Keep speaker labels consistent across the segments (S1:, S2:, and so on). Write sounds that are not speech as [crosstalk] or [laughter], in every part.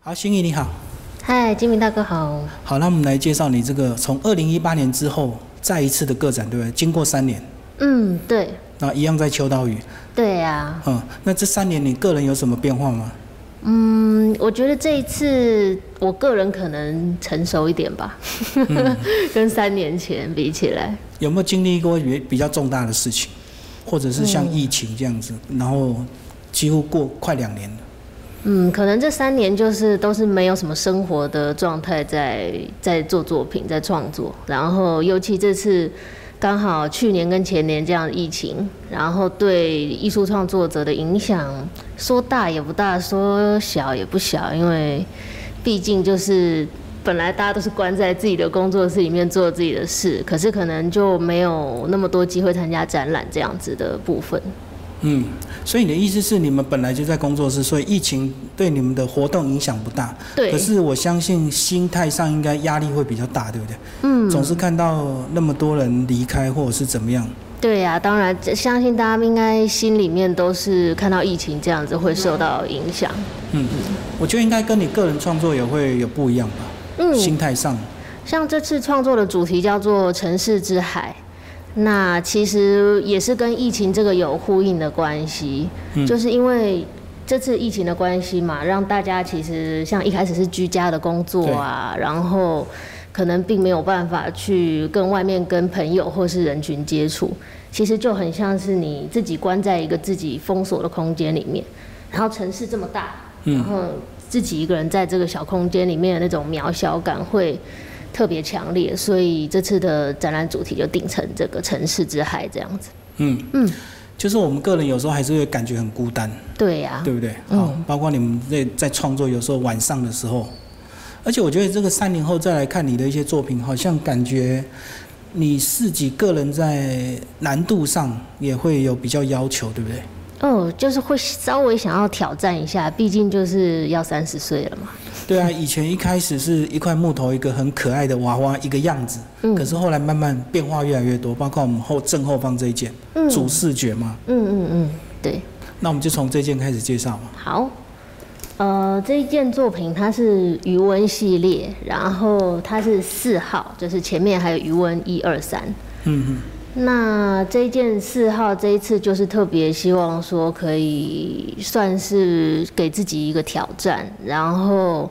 S1: 好，心怡你好，
S2: 嗨，金明大哥好。
S1: 好，那我们来介绍你这个从二零一八年之后再一次的个展，对不对？经过三年，
S2: 嗯，对，
S1: 那一样在秋刀鱼，
S2: 对啊呀、
S1: 嗯，那这三年你个人有什么变化吗？
S2: 嗯，我觉得这一次我个人可能成熟一点 [laughs] 吧，跟三年前比起来，
S1: 有没有经历过比比较重大的事情，或者是像疫情这样子，然后几乎过快两年了，
S2: 嗯，可能这三年就是都是没有什么生活的状态在在做作品，在创作，然后尤其这次。刚好去年跟前年这样疫情，然后对艺术创作者的影响，说大也不大，说小也不小，因为毕竟就是本来大家都是关在自己的工作室里面做自己的事，可是可能就没有那么多机会参加展览这样子的部分。
S1: 嗯，所以你的意思是你们本来就在工作室，所以疫情对你们的活动影响不大，
S2: 对
S1: 可，是我相信心态上应该压力会比较大，对不对？嗯，总是看到那么多人离开或者是怎么样，
S2: 对呀、当然，这相信大家应该心里面都是看到疫情这样子会受到影响。
S1: 我觉得应该跟你个人创作也会有不一样吧，
S2: 嗯，
S1: 心态上，
S2: 像这次创作的主题叫做《城市之海》，那其实也是跟疫情这个有呼应的关系，就是因为。这次疫情的关系嘛，让大家其实像一开始是居家的工作啊，然后可能并没有办法去跟外面跟朋友或是人群接触，其实就很像是你自己关在一个自己封锁的空间里面，然后城市这么大，然后自己一个人在这个小空间里面的那种渺小感会特别强烈，所以这次的展览主题就定成这个城市之海这样子。
S1: 嗯
S2: 嗯，
S1: 就是我们个人有时候还是会感觉很孤单，
S2: 对呀、
S1: 对不对？
S2: 嗯
S1: 好，包括你们在在创作，有时候晚上的时候，而且我觉得这个三年后再来看你的一些作品，好像感觉你自己个人在难度上也会有比较要求，对不
S2: [laughs]
S1: 对？
S2: 哦，就是会稍微想要挑战一下，毕竟就是要三十岁了嘛。
S1: 对啊，以前一开始是一块木头，一个很可爱的娃娃，一个样子。
S2: 嗯
S1: 可是后来慢慢变化越来越多，包括我们后正后方这一件、
S2: 嗯
S1: 主视觉嘛。
S2: 嗯嗯嗯，对，
S1: 那我们就从这件开始介绍嘛。
S2: 好。呃，这一件作品它是余温系列，然后它是四号，就是前面还有余温一二三。
S1: 嗯
S2: 那这一件四号这一次就是特别希望说可以算是给自己一个挑战，然后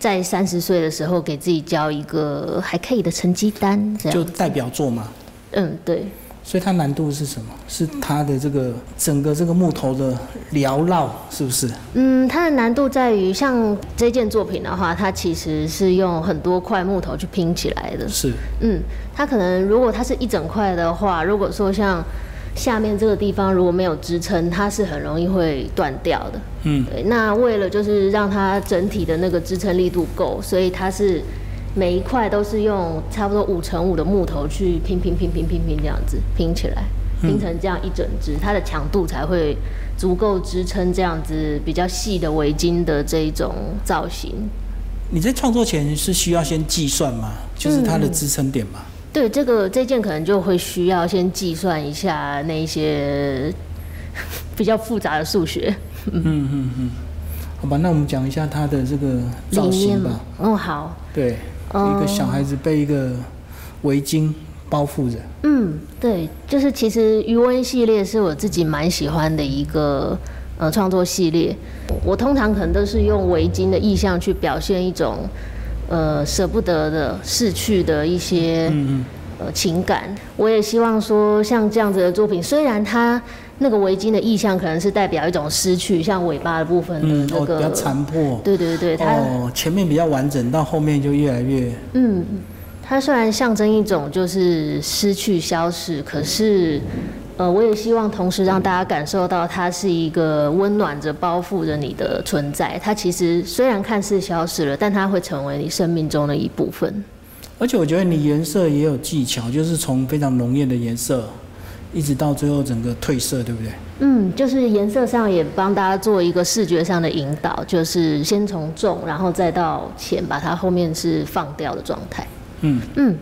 S2: 在三十岁的时候给自己交一个还可以的成绩单，这
S1: 嗯，就
S2: 样。
S1: 代表作嘛。
S2: 嗯，对，
S1: 所以它难度是什么？是它的这个整个这个木头的缭绕，是不是？
S2: 嗯，它的难度在于像这件作品的话，它其实是用很多块木头去拼起来的。
S1: 是。
S2: 嗯，它可能如果它是一整块的话，如果说像下面这个地方如果没有支撑，它是很容易会断掉的。
S1: 嗯，
S2: 对，那为了就是让它整体的那个支撑力度够，所以它是每一块都是用差不多五乘五的木头去拼拼拼拼拼拼这样子拼起来，拼成这样一整只，它的强度才会足够支撑这样子比较细的围巾的这一种造型。
S1: 你在创作前是需要先计算嘛，就是它
S2: 嗯
S1: 的支撑点嘛。
S2: 对，这个这件可能就会需要先计算一下那一些 [laughs] 比较复杂的数学
S1: 嗯好吧，那我们讲一下它的这个造
S2: 理念
S1: 型
S2: 嘛
S1: 吧。。
S2: 嗯，好，
S1: 对，
S2: 哦
S1: 一个小孩子被一个围巾包覆着。
S2: 嗯，对，就是其实余温系列是我自己蛮喜欢的一个呃创作系列。我通常可能都是用围巾的意象去表现一种呃舍不得的逝去的一
S1: 嗯
S2: 些呃情感。我也希望说，像这样子的作品，虽然它那个围巾的意象可能是代表一种失去，像尾巴的部分的
S1: 嗯，
S2: 那
S1: 哦，
S2: 个，
S1: 比较残破。
S2: 对对对，它、
S1: 哦，前面比较完整，到后面就越来越
S2: 嗯，它虽然象征一种就是失去、消逝，可是，呃，我也希望同时让大家感受到它是一个温暖着、包覆着你的存在。它其实虽然看似消失了，但它会成为你生命中的一部分。
S1: 而且我觉得你颜色也有技巧，就是从非常浓艳的颜色，一直到最后整个褪色，对不对？
S2: 嗯，就是颜色上也帮大家做一个视觉上的引导，就是先从重，然后再到浅，把它后面是放掉的状态。
S1: 嗯，
S2: 嗯，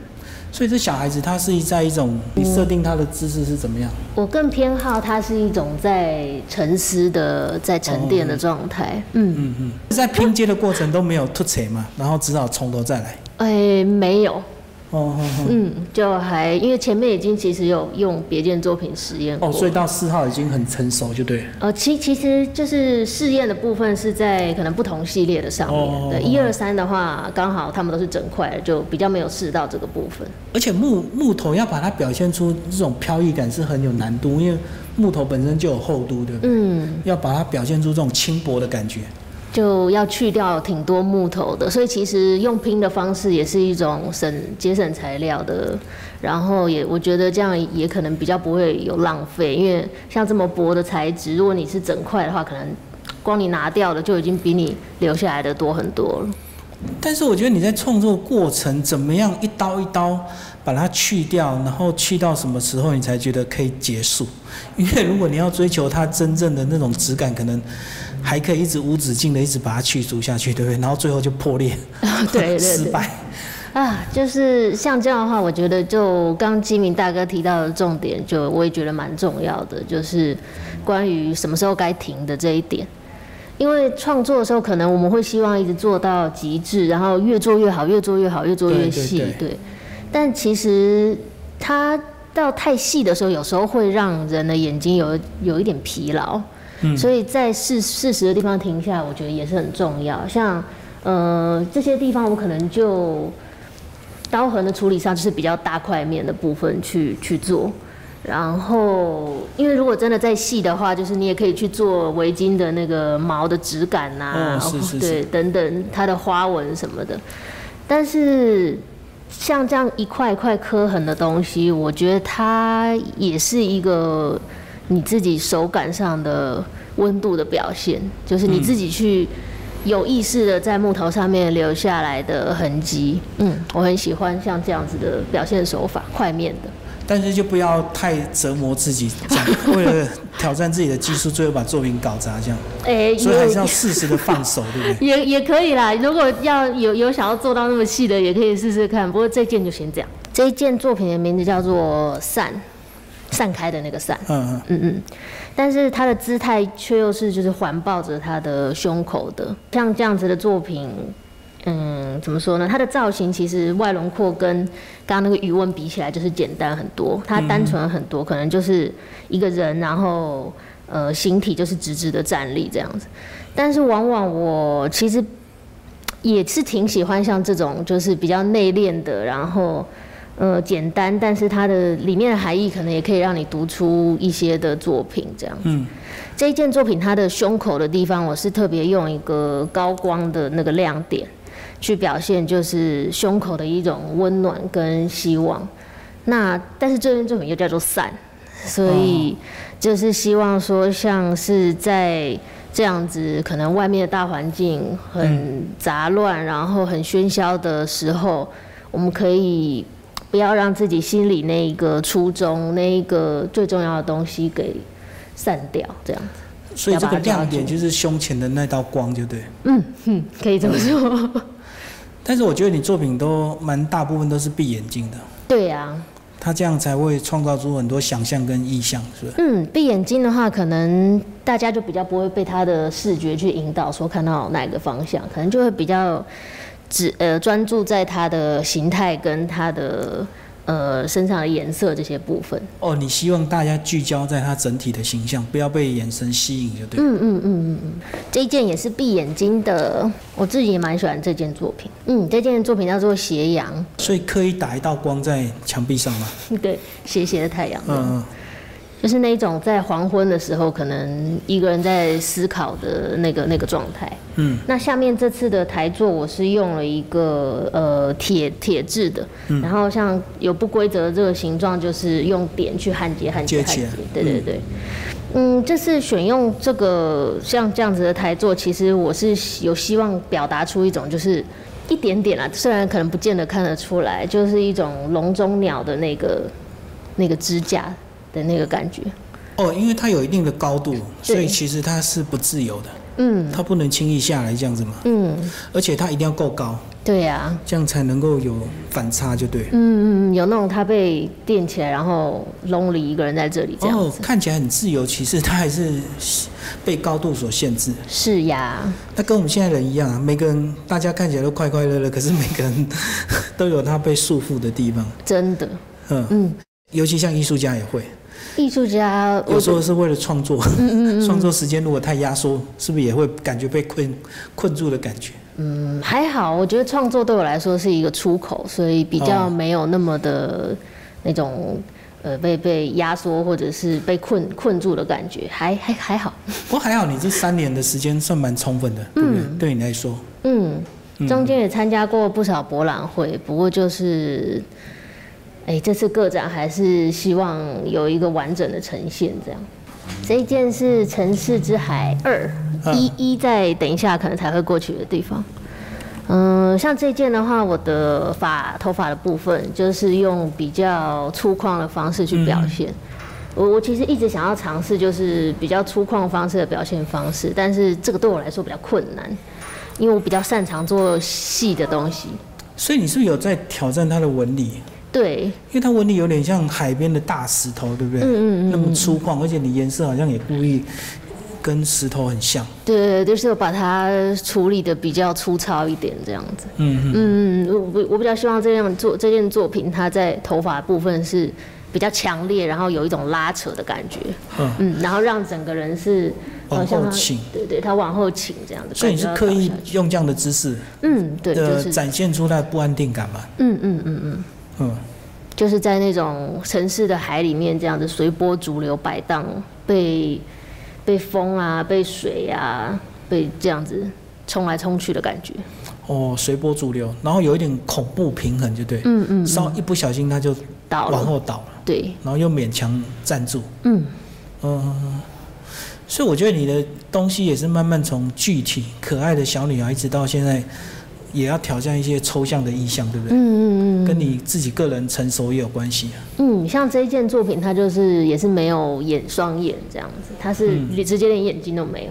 S1: 所以这小孩子他是在一种你设定他的姿势是怎么样？
S2: 我更偏好它是一种在沉思的、在沉淀的状态。嗯，
S1: 嗯嗯，在拼接的过程都没有突扯嘛，然后只好从头再来。
S2: 哎、没有，
S1: 哦哦
S2: 嗯，就还因为前面已经其实有用别件作品实验过。
S1: 哦，所以到四号已经很成熟，就对了。
S2: 呃，其其实就是试验的部分是在可能不同系列的上面，
S1: 哦
S2: 对一二三的话，刚好他们都是整块的，就比较没有试到这个部分。
S1: 而且木木头要把它表现出这种飘逸感是很有难度，因为木头本身就有厚度，对不对？
S2: 嗯，
S1: 要把它表现出这种轻薄的感觉。
S2: 就要去掉挺多木头的，所以其实用拼的方式也是一种省节省材料的，然后也我觉得这样也可能比较不会有浪费，因为像这么薄的材质，如果你是整块的话，可能光你拿掉的就已经比你留下来的多很多了。
S1: 但是我觉得你在创作过程怎么样一刀一刀把它去掉，然后去到什么时候你才觉得可以结束？ [laughs] 因为如果你要追求它真正的那种质感，可能还可以一直无止境的一直把它去除下去，对不对？然后最后就破裂，
S2: 对对对
S1: 失败。
S2: 啊，就是像这样的话，我觉得就刚基明大哥提到的重点，就我也觉得蛮重要的，就是关于什么时候该停的这一点。因为创作的时候，可能我们会希望一直做到极致，然后越做越好，越做越好，越做越细，
S1: 对对
S2: 但其实它到太细的时候，有时候会让人的眼睛有有一点疲劳。
S1: 嗯
S2: 所以在适适时的地方停下，我觉得也是很重要。像呃这些地方，我可能就刀痕的处理上就是比较大块面的部分去去做。然后，因为如果真的再细的话，就是你也可以去做围巾的那个毛的质感呐、
S1: 哦是是是
S2: 对，等等它的花纹什么的。但是像这样一块一块刻痕的东西，我觉得它也是一个你自己手感上的温度的表现，就是你自己去有意识的在木头上面留下来的痕迹。嗯，我很喜欢像这样子的表现手法，块面的。
S1: 但是就不要太折磨自己，这样为了挑战自己的技术，最后把作品搞砸这样。
S2: 哎、
S1: 所以还是要
S2: 有
S1: 适时的放手，对不对？
S2: 也也可以啦，如果要有有想要做到那么细的，也可以试试看。不过这件就先这样。这一件作品的名字叫做“散”，散开的那个散。
S1: 嗯嗯。
S2: 嗯嗯，但是他的姿态却又是就是环抱着他的胸口的，像这样子的作品，嗯，怎么说呢？它的造型其实外轮廓跟刚刚那个余温比起来，就是简单很多，它单纯很多，可能就是一个人，然后呃，形体就是直直的站立这样子。但是往往我其实也是挺喜欢像这种就是比较内敛的，然后呃简单，但是它的里面的含义可能也可以让你读出一些的作品这样。
S1: 嗯，
S2: 这一件作品它的胸口的地方，我是特别用一个高光的那个亮点去表现，就是胸口的一种温暖跟希望。那但是这件作品又叫做散，所以就是希望说，像是在这样子，可能外面的大环境很杂乱，然后很喧嚣的时候，我们可以不要让自己心里那一个初衷、那一个最重要的东西给散掉，这样子。
S1: 所以这个
S2: 要把它抓
S1: 亮点
S2: 住
S1: 就是胸前的那道光，就对。
S2: 嗯哼，可以这么说。
S1: 但是我觉得你作品都蛮大部分都是闭眼睛的，
S2: [laughs] 对啊，
S1: 他这样才会创造出很多想象跟意象，是不是？
S2: 嗯，闭眼睛的话，可能大家就比较不会被他的视觉去引导，说看到哪个方向，可能就会比较只呃专注在它的形态跟它的呃身上的颜色这些部分。
S1: 哦，你希望大家聚焦在他整体的形象，不要被眼神吸引，就对。
S2: 嗯嗯嗯嗯嗯，这一件也是闭眼睛的，我自己也蛮喜欢这件作品。嗯，这件作品叫做《斜阳
S1: 所以刻意打一道光在墙壁上嘛。》，
S2: [laughs] 对，斜斜的太阳。
S1: 嗯嗯。
S2: 就是那一种在黄昏的时候，可能一个人在思考的那个那个状态。
S1: 嗯，
S2: 那下面这次的台座，我是用了一个呃铁铁质的，
S1: 嗯
S2: 然后像有不规则的这个形状，就是用点去焊接焊接
S1: 接
S2: 焊
S1: 起
S2: 接
S1: 来。
S2: 对对对。嗯，这次选用这个像这样子的台座，其实我是有希望表达出一种就是一点点啦，虽然可能不见得看得出来，就是一种笼中鸟的那个那个支架的那个感觉。
S1: 哦，因为它有一定的高度，所
S2: 对
S1: 以其实它是不自由的。
S2: 嗯
S1: 它不能轻易下来这样子嘛，
S2: 嗯，
S1: 而且它一定要够高，
S2: 对呀、
S1: 这样才能够有反差，就对。
S2: 嗯嗯，嗯有那种他被垫起来，然后 lonely 一个人在这里这样
S1: 哦
S2: 子，，
S1: 看起来很自由，其实它还是被高度所限制。
S2: 是呀，
S1: 那跟我们现在人一样啊，每个人大家看起来都快快乐乐，可是每个人都有他被束缚的地方。
S2: 真的，
S1: 嗯，
S2: 嗯，
S1: 尤其像艺术家也会，
S2: 艺术家，
S1: 有
S2: 我
S1: 时候是为了创作，
S2: 嗯嗯
S1: 创作时间如果太压缩，是不是也会感觉被困困住的感觉？
S2: 嗯还好，我觉得创作对我来说是一个出口，所以比较
S1: 哦
S2: 没有那么的那种。呃，被被压缩或者是被困困住的感觉，还还还好。
S1: 不过还好，你这三年的时间算蛮充分的，对不对？对你来说，
S2: 嗯，中间也参加过不少博览会，不过就是，哎、这次个展还是希望有一个完整的呈现，这样。这一件是《城市之海二》，
S1: 嗯
S2: 一一在等一下可能才会过去的地方。嗯，像这件的话，我的发头发的部分就是用比较粗犷的方式去表现。我我其实一直想要尝试就是比较粗犷方式的表现方式，但是这个对我来说比较困难，因为我比较擅长做细的东西。
S1: 所以你是不是有在挑战它的纹理？
S2: 对，
S1: 因为它纹理有点像海边的大石头，对不对？
S2: 嗯嗯嗯
S1: 那么粗犷，而且你颜色好像也故意跟石头很像。
S2: 对，就是我把它处理的比较粗糙一点这样子。
S1: 嗯嗯。
S2: 嗯，我我我比较希望这样做这件作品，它在头发部分是比较强烈，然后有一种拉扯的感觉。
S1: 嗯
S2: 嗯，然后让整个人是呃
S1: 往
S2: 好像
S1: 后
S2: 它
S1: 倾
S2: 对对，它往后倾这样子。
S1: 所以你是
S2: 感觉
S1: 刻
S2: 要
S1: 意
S2: 倒下去
S1: 用这样的姿势，
S2: 嗯，对，就
S1: 呃，
S2: 是
S1: 展现出它的不安定感嘛？
S2: 嗯嗯嗯嗯，
S1: 嗯，
S2: 就是在那种城市的海里面这样子随波逐流摆荡，被被风啊，被水啊，被这样子冲来冲去的感觉。
S1: 哦，随波逐流，然后有一点恐怖平衡，就对，
S2: 嗯嗯，
S1: 稍一不小心它就
S2: 倒
S1: 往
S2: 了，
S1: 后倒了，
S2: 对，
S1: 然后又勉强站住。
S2: 嗯
S1: 嗯，所以我觉得你的东西也是慢慢从具体可爱的小女孩，一直到现在，也要挑战一些抽象的意象，对不
S2: 嗯
S1: 对？
S2: 嗯嗯
S1: 跟
S2: 嗯，
S1: 你自己个人成熟也有关系啊。
S2: 嗯，像这一件作品，它就是也是没有眼双眼这样子，它是
S1: 嗯
S2: 直接连眼睛都没有。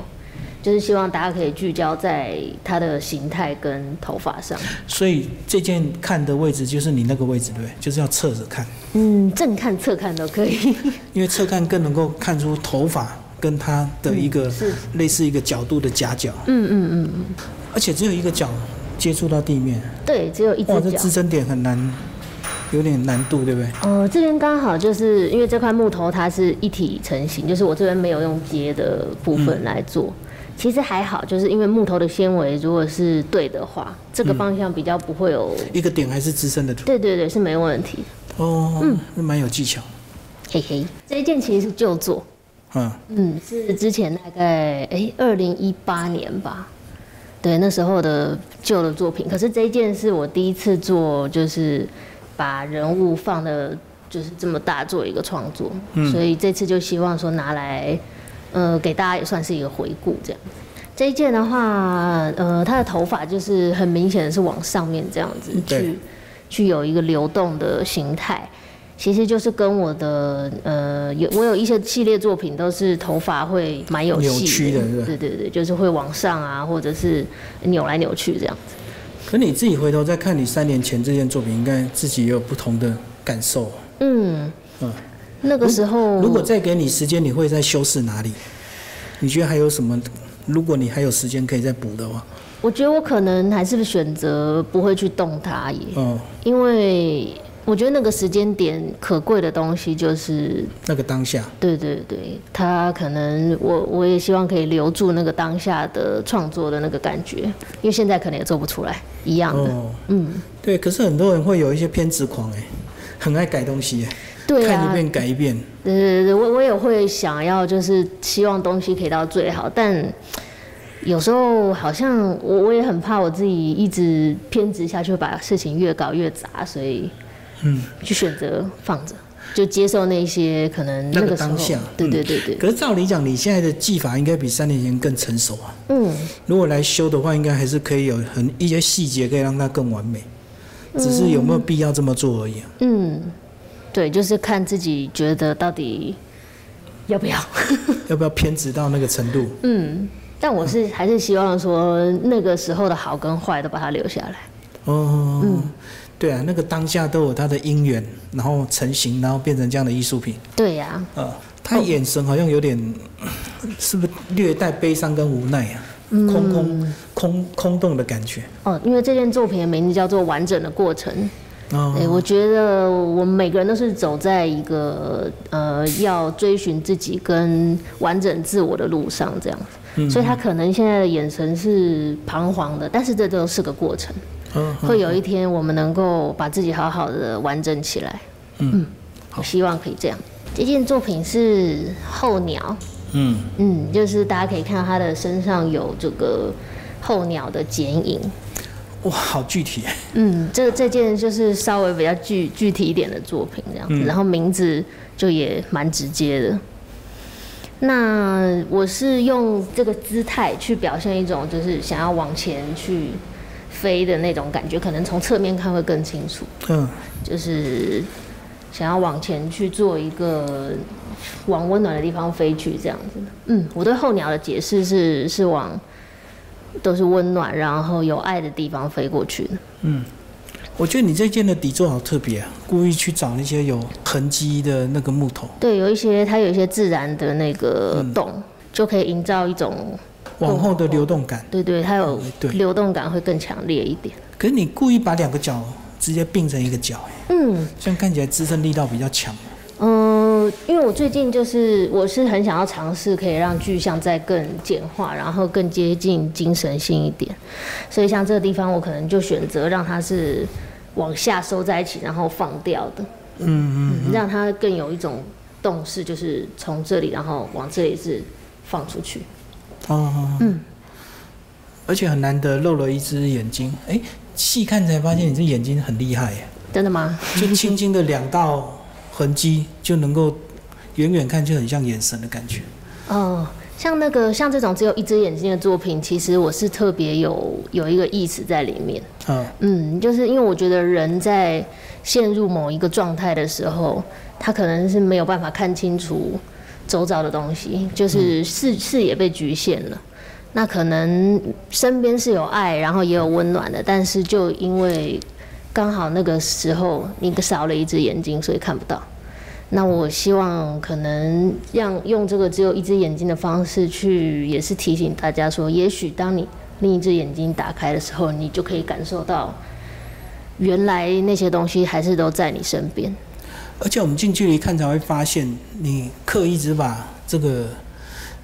S2: 就是希望大家可以聚焦在它的形态跟头发上。
S1: 所以这件看的位置就是你那个位置，对不对？就是要侧着看，
S2: 嗯，正看、侧看都可以。
S1: 因为侧看更能够看出头发跟它的一个
S2: 嗯是，
S1: 类似一个角度的夹角，
S2: [laughs] 嗯嗯嗯。
S1: 而且只有一个角接触到地面，
S2: 对，只有一
S1: 哇，
S2: 只
S1: 这
S2: 脚
S1: 支。撑点很难，有点难度，对不对？
S2: 呃，这边刚好就是因为这块木头它是一体成型，就是我这边没有用接的部分来做。其实还好，就是因为木头的纤维如果是对的话，这个方向比较不会有。
S1: 一个点还是支撑得住，
S2: 对对对，是没问题。
S1: 哦，
S2: 嗯
S1: 那蛮有技巧，
S2: 嘿嘿，这一件其实是旧作，
S1: 嗯。
S2: 嗯，是之前大概诶二零一八年吧，对，那时候的旧的作品。可是这一件是我第一次做，就是把人物放的，就是这么大做一个创作，所以这次就希望说拿来，呃，给大家也算是一个回顾这样。这一件的话，呃，他的头发就是很明显的是往上面这样子
S1: 对
S2: 去去有一个流动的形态。其实就是跟我的呃，有我有一些系列作品都是头发会蛮有
S1: 扭
S2: 戏
S1: 曲的是吧
S2: 对对对，就是会往上啊，或者是扭来扭去这样子。
S1: 可你自己回头再看你三年前这件作品，应该自己也有不同的感受。
S2: 嗯，
S1: 嗯，
S2: 那个时候
S1: 如果再给你时间，你会再修饰哪里？你觉得还有什么？如果你还有时间可以再补的话，
S2: 我觉得我可能还是选择不会去动它耶，
S1: 哦，
S2: 因为我觉得那个时间点可贵的东西就是
S1: 那个当下，
S2: 对对对，他可能我我也希望可以留住那个当下的创作的那个感觉，因为现在可能也做不出来一样的。
S1: 哦，
S2: 嗯，
S1: 对。可是很多人会有一些偏执狂，哎，很爱改东西，哎
S2: 对
S1: 看一
S2: 啊，
S1: 遍改一遍。
S2: 对对对，我我也会想要就是希望东西可以到最好，但有时候好像我我也很怕我自己一直偏执下去，把事情越搞越杂，所以
S1: 嗯，
S2: 就选择放着，就接受那些可能
S1: 那
S2: 那
S1: 个
S2: 个时候
S1: 当下，嗯
S2: 对对对对，
S1: 可是照理讲，你现在的技法应该比三年前更成熟啊。
S2: 嗯。
S1: 如果来修的话，应该还是可以有很一些细节可以让它更完美，只是有没有必要这么做而已、啊。
S2: 嗯，对，就是看自己觉得到底要不要。 [laughs]
S1: 要不要偏执到那个程度？
S2: 嗯，但我是还是希望说那个时候的好跟坏都把它留下来。
S1: 哦，
S2: 嗯
S1: 对啊，那个当下都有它的因缘，然后成型，然后变成这样的艺术品。
S2: 对呀、
S1: 呃，他眼神好像有点，是不是略带悲伤跟无奈啊？
S2: 嗯
S1: 空空空空洞的感觉。
S2: 哦，因为这件作品的名字叫做《完整的过程》。
S1: 哦
S2: 哎、，我觉得我们每个人都是走在一个呃要追寻自己跟完整自我的路上，这样子。所以他可能现在的眼神是彷徨的，但是这都是个过程。
S1: 嗯，
S2: 会有一天我们能够把自己好好的完整起来。
S1: 嗯
S2: 我希望可以这样。这件作品是候鸟，
S1: 嗯，
S2: 嗯，就是大家可以看到它的身上有这个候鸟的剪影。
S1: 哇，好具体。
S2: 嗯，这这件就是稍微比较具具体一点的作品这样子，然后名字就也蛮直接的。那我是用这个姿态去表现一种就是想要往前去飞的那种感觉，可能从侧面看会更清楚，
S1: 嗯，
S2: 就是想要往前去做一个往温暖的地方飞去这样子。嗯，我对候鸟的解释是是往都是温暖，然后有爱的地方飞过去的。
S1: 我觉得你这件的底座好特别啊，故意去找那些有痕迹的那个木头。
S2: 对，有一些它有一些自然的那个
S1: 嗯
S2: 洞，就可以营造一种，
S1: 往后的流动感。
S2: 对对，它有
S1: 嗯对
S2: 流动感会更强烈一点。
S1: 可是你故意把两个脚直接并成一个脚，
S2: 嗯
S1: 这样看起来支撑力道比较强。
S2: 嗯、呃因为我最近就是我是很想要尝试可以让具象再更简化，然后更接近精神性一点，所以像这个地方我可能就选择让它是往下收在一起，然后放掉的，
S1: 嗯嗯，
S2: 嗯让它更有一种动势，就是从这里然后往这里是放出去。
S1: 哦，嗯，而且很难得露了一只眼睛，哎，细看才发现你这眼睛很厉害 [laughs] 耶，
S2: 真的吗？
S1: 就轻轻的两道痕迹就能够远远看就很像眼神的感觉。
S2: 哦，像那个像这种只有一只眼睛的作品，其实我是特别有有一个意思在里面。
S1: 嗯，
S2: 嗯，就是因为我觉得人在陷入某一个状态的时候，他可能是没有办法看清楚周遭的东西，就是视视野被局限了。那可能身边是有爱，然后也有温暖的，但是就因为刚好那个时候你少了一只眼睛，所以看不到。那我希望可能让用这个只有一只眼睛的方式去，也是提醒大家说，也许当你另一只眼睛打开的时候，你就可以感受到，原来那些东西还是都在你身边。
S1: 而且我们近距离看才会发现，你刻意只把这个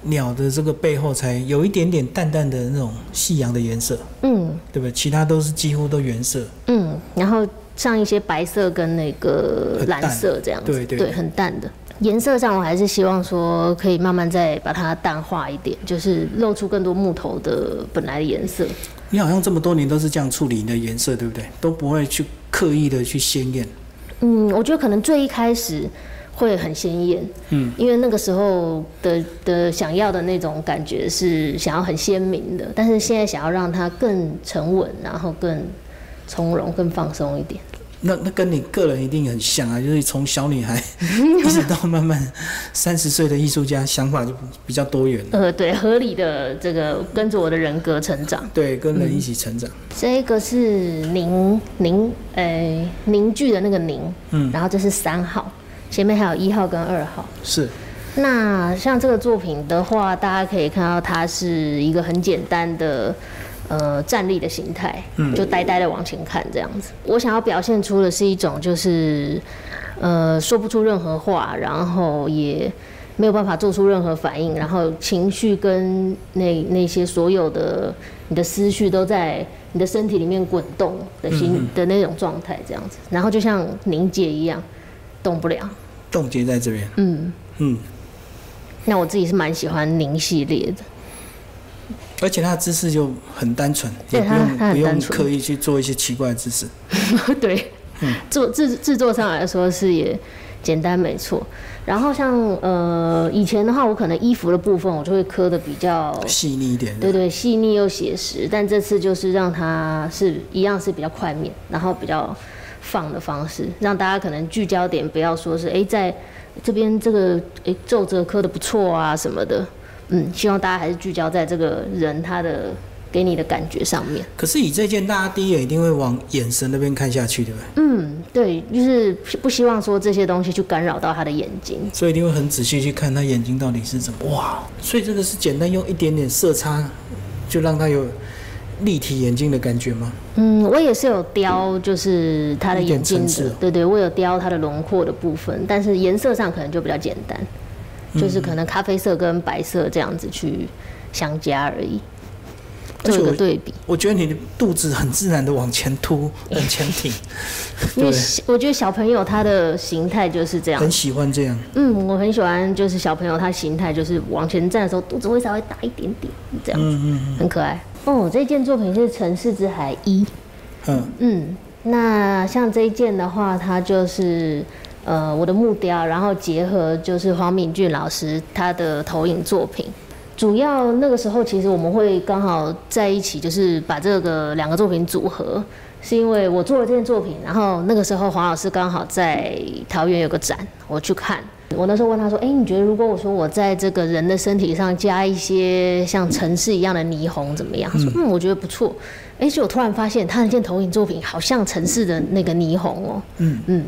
S1: 鸟的这个背后才有一点点淡淡的那种夕阳的颜色，
S2: 嗯
S1: 对不对？其他都是几乎都原色。
S2: 嗯，然后像一些白色跟那个
S1: 很淡
S2: 蓝色这样子，
S1: 对对
S2: 很淡的。颜色上，我还是希望说可以慢慢再把它淡化一点，就是露出更多木头的本来的颜色。
S1: 你好像这么多年都是这样处理你的颜色，对不对？都不会去刻意的去鲜艳。
S2: 嗯，我觉得可能最一开始会很鲜艳，嗯，因为那个时候的的想要的那种感觉是想要很鲜明的，但是现在想要让它更沉稳，然后更从容、更放松一点。 [laughs]
S1: 那 [laughs] 那跟你个人一定很像啊，就是从小女孩 [laughs] 一直到慢慢三十岁的艺术家，想法就比较多元了。
S2: 呃，对，合理的这个跟着我的人格成长。
S1: 对，跟人一起成长。
S2: 这个是凝凝呃凝聚的那个凝，
S1: 嗯，
S2: 然后这是三号，前面还有一号跟二号。
S1: 是，
S2: 那像这个作品的话，大家可以看到它是一个很简单的。呃，站立的形态，就呆呆的往前看这样子。我想要表现出的是一种，就是呃，说不出任何话，然后也没有办法做出任何反应，然后情绪跟那那些所有的你的思绪都在你的身体里面滚动的心、的那种状态这样子。然后就像凝结一样，动不了。
S1: 冻结在这边。
S2: 嗯，
S1: 嗯，
S2: 那我自己是蛮喜欢凝系列的，
S1: 而且他的姿势就很单纯，也
S2: 对
S1: 不
S2: 他
S1: 用
S2: 他很
S1: 不用
S2: 单纯哦
S1: 刻意去做一些奇怪的姿势。
S2: [laughs] 对，做制制作上来说是也简单没错。然后像呃以前的话，我可能衣服的部分我就会刻的比较，
S1: 细腻一点。
S2: 对对，细腻又写实，但这次就是让它是一样是比较快面，然后比较放的方式，让大家可能聚焦点不要说是哎在这边这个哎皱褶刻的不错啊什么的，嗯，希望大家还是聚焦在这个人他的给你的感觉上面。
S1: 可是以这件，大家第一眼一定会往眼神那边看下去，对不对？
S2: 嗯，对，就是不希望说这些东西去干扰到他的眼睛。
S1: 所以一定会很仔细去看他眼睛到底是怎么哇！所以这个是简单用一点点色差，就让他有立体眼睛的感觉吗？
S2: 嗯，我也是有雕，就是他的眼睛
S1: 一点层次
S2: 的
S1: 哦，
S2: 对对，我有雕他的轮廓的部分，但是颜色上可能就比较简单，
S1: 嗯
S2: 就是可能咖啡色跟白色这样子去相加而已，
S1: 而
S2: 做
S1: 且
S2: 一个
S1: 我
S2: 对比。
S1: 我觉得你的肚子很自然的往前
S2: [laughs]
S1: 凸，很前挺，
S2: 因为
S1: 对
S2: 小我觉得小朋友他的形态就是这样
S1: 很，喜欢这样。
S2: 嗯，我很喜欢，就是小朋友他形态就是往前站的时候，肚子会稍微大一点点，这样子，很可爱。哦，这件作品是《城市之海一》。
S1: 嗯，
S2: 嗯，那像这一件的话，它就是呃我的木雕，然后结合就是黄敏俊老师他的投影作品。主要那个时候，其实我们会刚好在一起，就是把这个两个作品组合，是因为我做了这件作品，然后那个时候黄老师刚好在桃园有个展，我去看。我那时候问他说：“哎、你觉得如果我说我在这个人的身体上加一些像城市一样的霓虹怎么样？”他说：“嗯，我觉得不错。哎，就我突然发现他那件投影作品好像城市的那个霓虹哦。
S1: 嗯
S2: 嗯，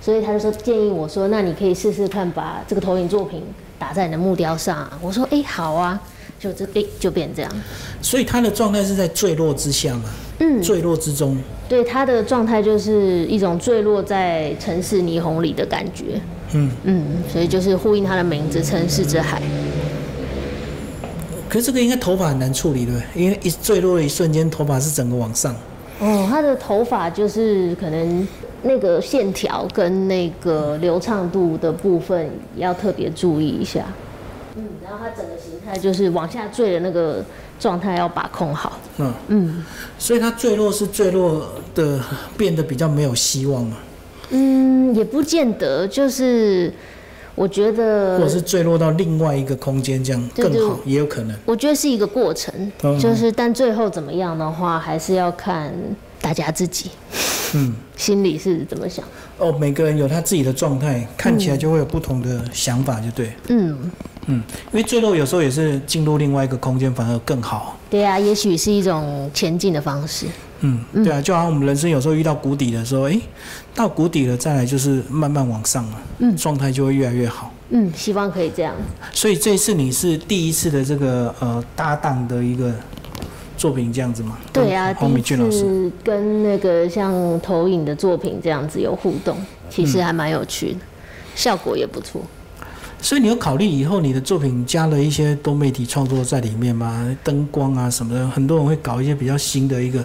S2: 所以他就说建议我说，那你可以试试看把这个投影作品打在你的木雕上、啊。我说，哎，好啊，就这哎就变这样。
S1: 所以他的状态是在坠落之下嘛，
S2: 嗯，
S1: 坠落之中。
S2: 对，他的状态就是一种坠落在城市霓虹里的感觉。
S1: 嗯，
S2: 嗯，所以就是呼应他的名字“城市之海
S1: 可是这个应该头发很难处理，对不对？因为一坠落的一瞬间，头发是整个往上。”。
S2: 哦，他的头发就是可能那个线条跟那个流畅度的部分要特别注意一下。嗯，然后他整个形态就是往下坠的那个状态要把控好。
S1: 嗯，
S2: 嗯
S1: 所以他坠落是坠落的，变得比较没有希望嘛，
S2: 嗯，也不见得，就是我觉
S1: 或者
S2: 得，
S1: 是坠落到另外一个空间，这样
S2: 对
S1: 更
S2: 对
S1: 好，也有可能。
S2: 我觉得是一个过程，
S1: 嗯
S2: 就是但最后怎么样的话，还是要看大家自己
S1: 嗯，
S2: 心里是怎么想。
S1: 哦，每个人有他自己的状态，看起来就会有不同的想法，就对。
S2: 嗯，
S1: 嗯，因为坠落有时候也是进入另外一个空间，反而更好。
S2: 对啊，也许是一种前进的方式。
S1: 嗯，对啊，就好像我们人生有时候遇到谷底的时候，诶，到谷底了，再来就是慢慢往上嘛，
S2: 嗯
S1: 状态就会越来越好。
S2: 嗯，希望可以这样。
S1: 所以这次你是第一次的这个呃搭档的一个作品这样子吗？
S2: 对啊，
S1: 黄
S2: 第
S1: 米
S2: 一
S1: 俊老师。
S2: 次跟那个像投影的作品这样子有互动，其实还蛮有趣的，效果也不错。
S1: 所以你有考虑以后你的作品加了一些多媒体创作在里面吗？灯光啊什么的，很多人会搞一些比较新的一个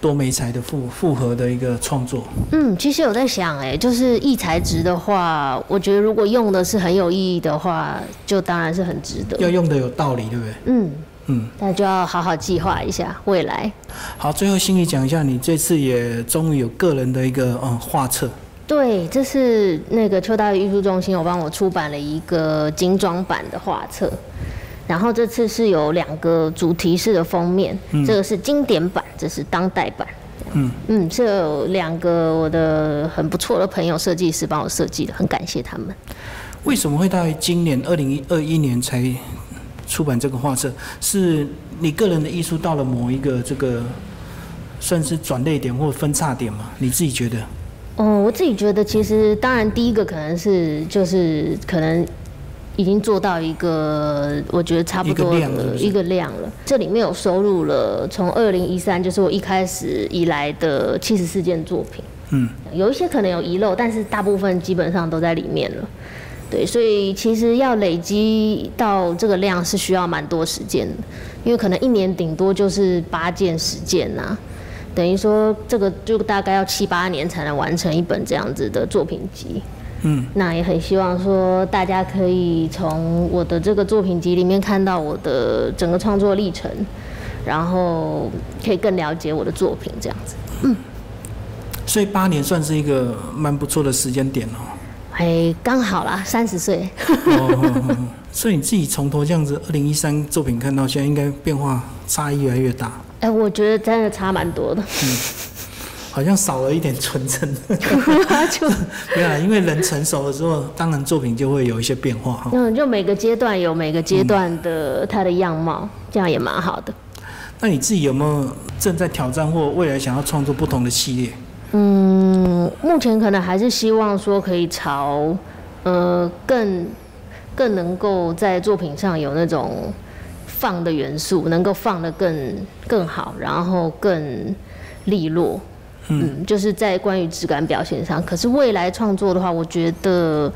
S1: 多媒材的复复合的一个创作。
S2: 嗯，其实有在想、哎，就是异材质的话，我觉得如果用的是很有意义的话，就当然是很值
S1: 要
S2: 得。
S1: 用的有道理，对不对？
S2: 嗯，
S1: 嗯，
S2: 那就要好好计划一下未来。
S1: 好，最后心里讲一下，你这次也终于有个人的一个嗯画册，
S2: 对，这是那个秋大艺术中心有帮我出版了一个精装版的画册，然后这次是有两个主题式的封面，这个是经典版，这是当代版。
S1: 嗯
S2: 嗯，是有两个我的很不错的朋友设计师帮我设计的，很感谢他们。
S1: 为什么会到今年二零二一年才出版这个画册？是你个人的艺术到了某一个这个算是转捩点或分叉点吗？你自己觉得？
S2: 嗯，我自己觉得，其实当然第一个可能是就是可能已经做到一个我觉得差不多
S1: 一个量了是
S2: 的
S1: 不是
S2: 一个量了。这里面有收录了从二零一三就是我一开始以来的七十四件作品，
S1: 嗯，
S2: 有一些可能有遗漏，但是大部分基本上都在里面了。对，所以其实要累积到这个量是需要蛮多时间的，因为可能一年顶多就是八件、十件啊呐、等于说这个就大概要七八年才能完成一本这样子的作品集。
S1: 嗯，
S2: 那也很希望说大家可以从我的这个作品集里面看到我的整个创作历程，然后可以更了解我的作品这样子。
S1: 所以八年算是一个蛮不错的时间点哦。
S2: 哎，刚好啦，三十岁。
S1: 哦，所以你自己从头这样子，二零一三作品看到现在，应该变化差异越来越大。
S2: 哎，我觉得真的差蛮多的。
S1: 好像少了一点纯真。
S2: [laughs]
S1: [laughs]
S2: 就
S1: 没有啦，因为人成熟了之后，当然作品就会有一些变化哈。
S2: 嗯，就每个阶段有每个阶段的它的样貌，这样也蛮好的。
S1: 那你自己有没有正在挑战或未来想要创作不同的系列？
S2: 嗯，目前可能还是希望说可以朝呃更更能够在作品上有那种放的元素，能够放得更更好，然后更利落。嗯，就是在关于质感表现上。可是未来创作的话，我觉得，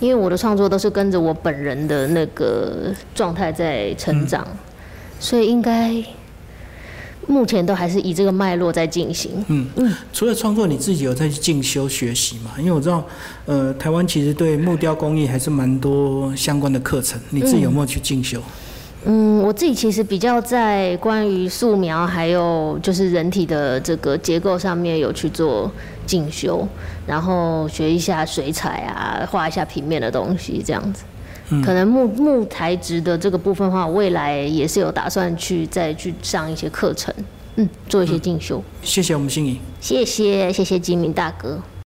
S2: 因为我的创作都是跟着我本人的那个状态在成长，所以应该目前都还是以这个脉络在进行。
S1: 除了创作，你自己有在进修学习吗？因为我知道，呃，台湾其实对木雕工艺还是蛮多相关的课程，你自己有没有去进修？
S2: 嗯，我自己其实比较在关于素描还有就是人体的这个结构上面有去做进修，然后学一下水彩啊，画一下平面的东西这样子。可能木木材质的这个部分的话，未来也是有打算去再去上一些课程，嗯，做一些进修。
S1: 谢谢我们心仪。
S2: 谢谢谢谢吉明大哥。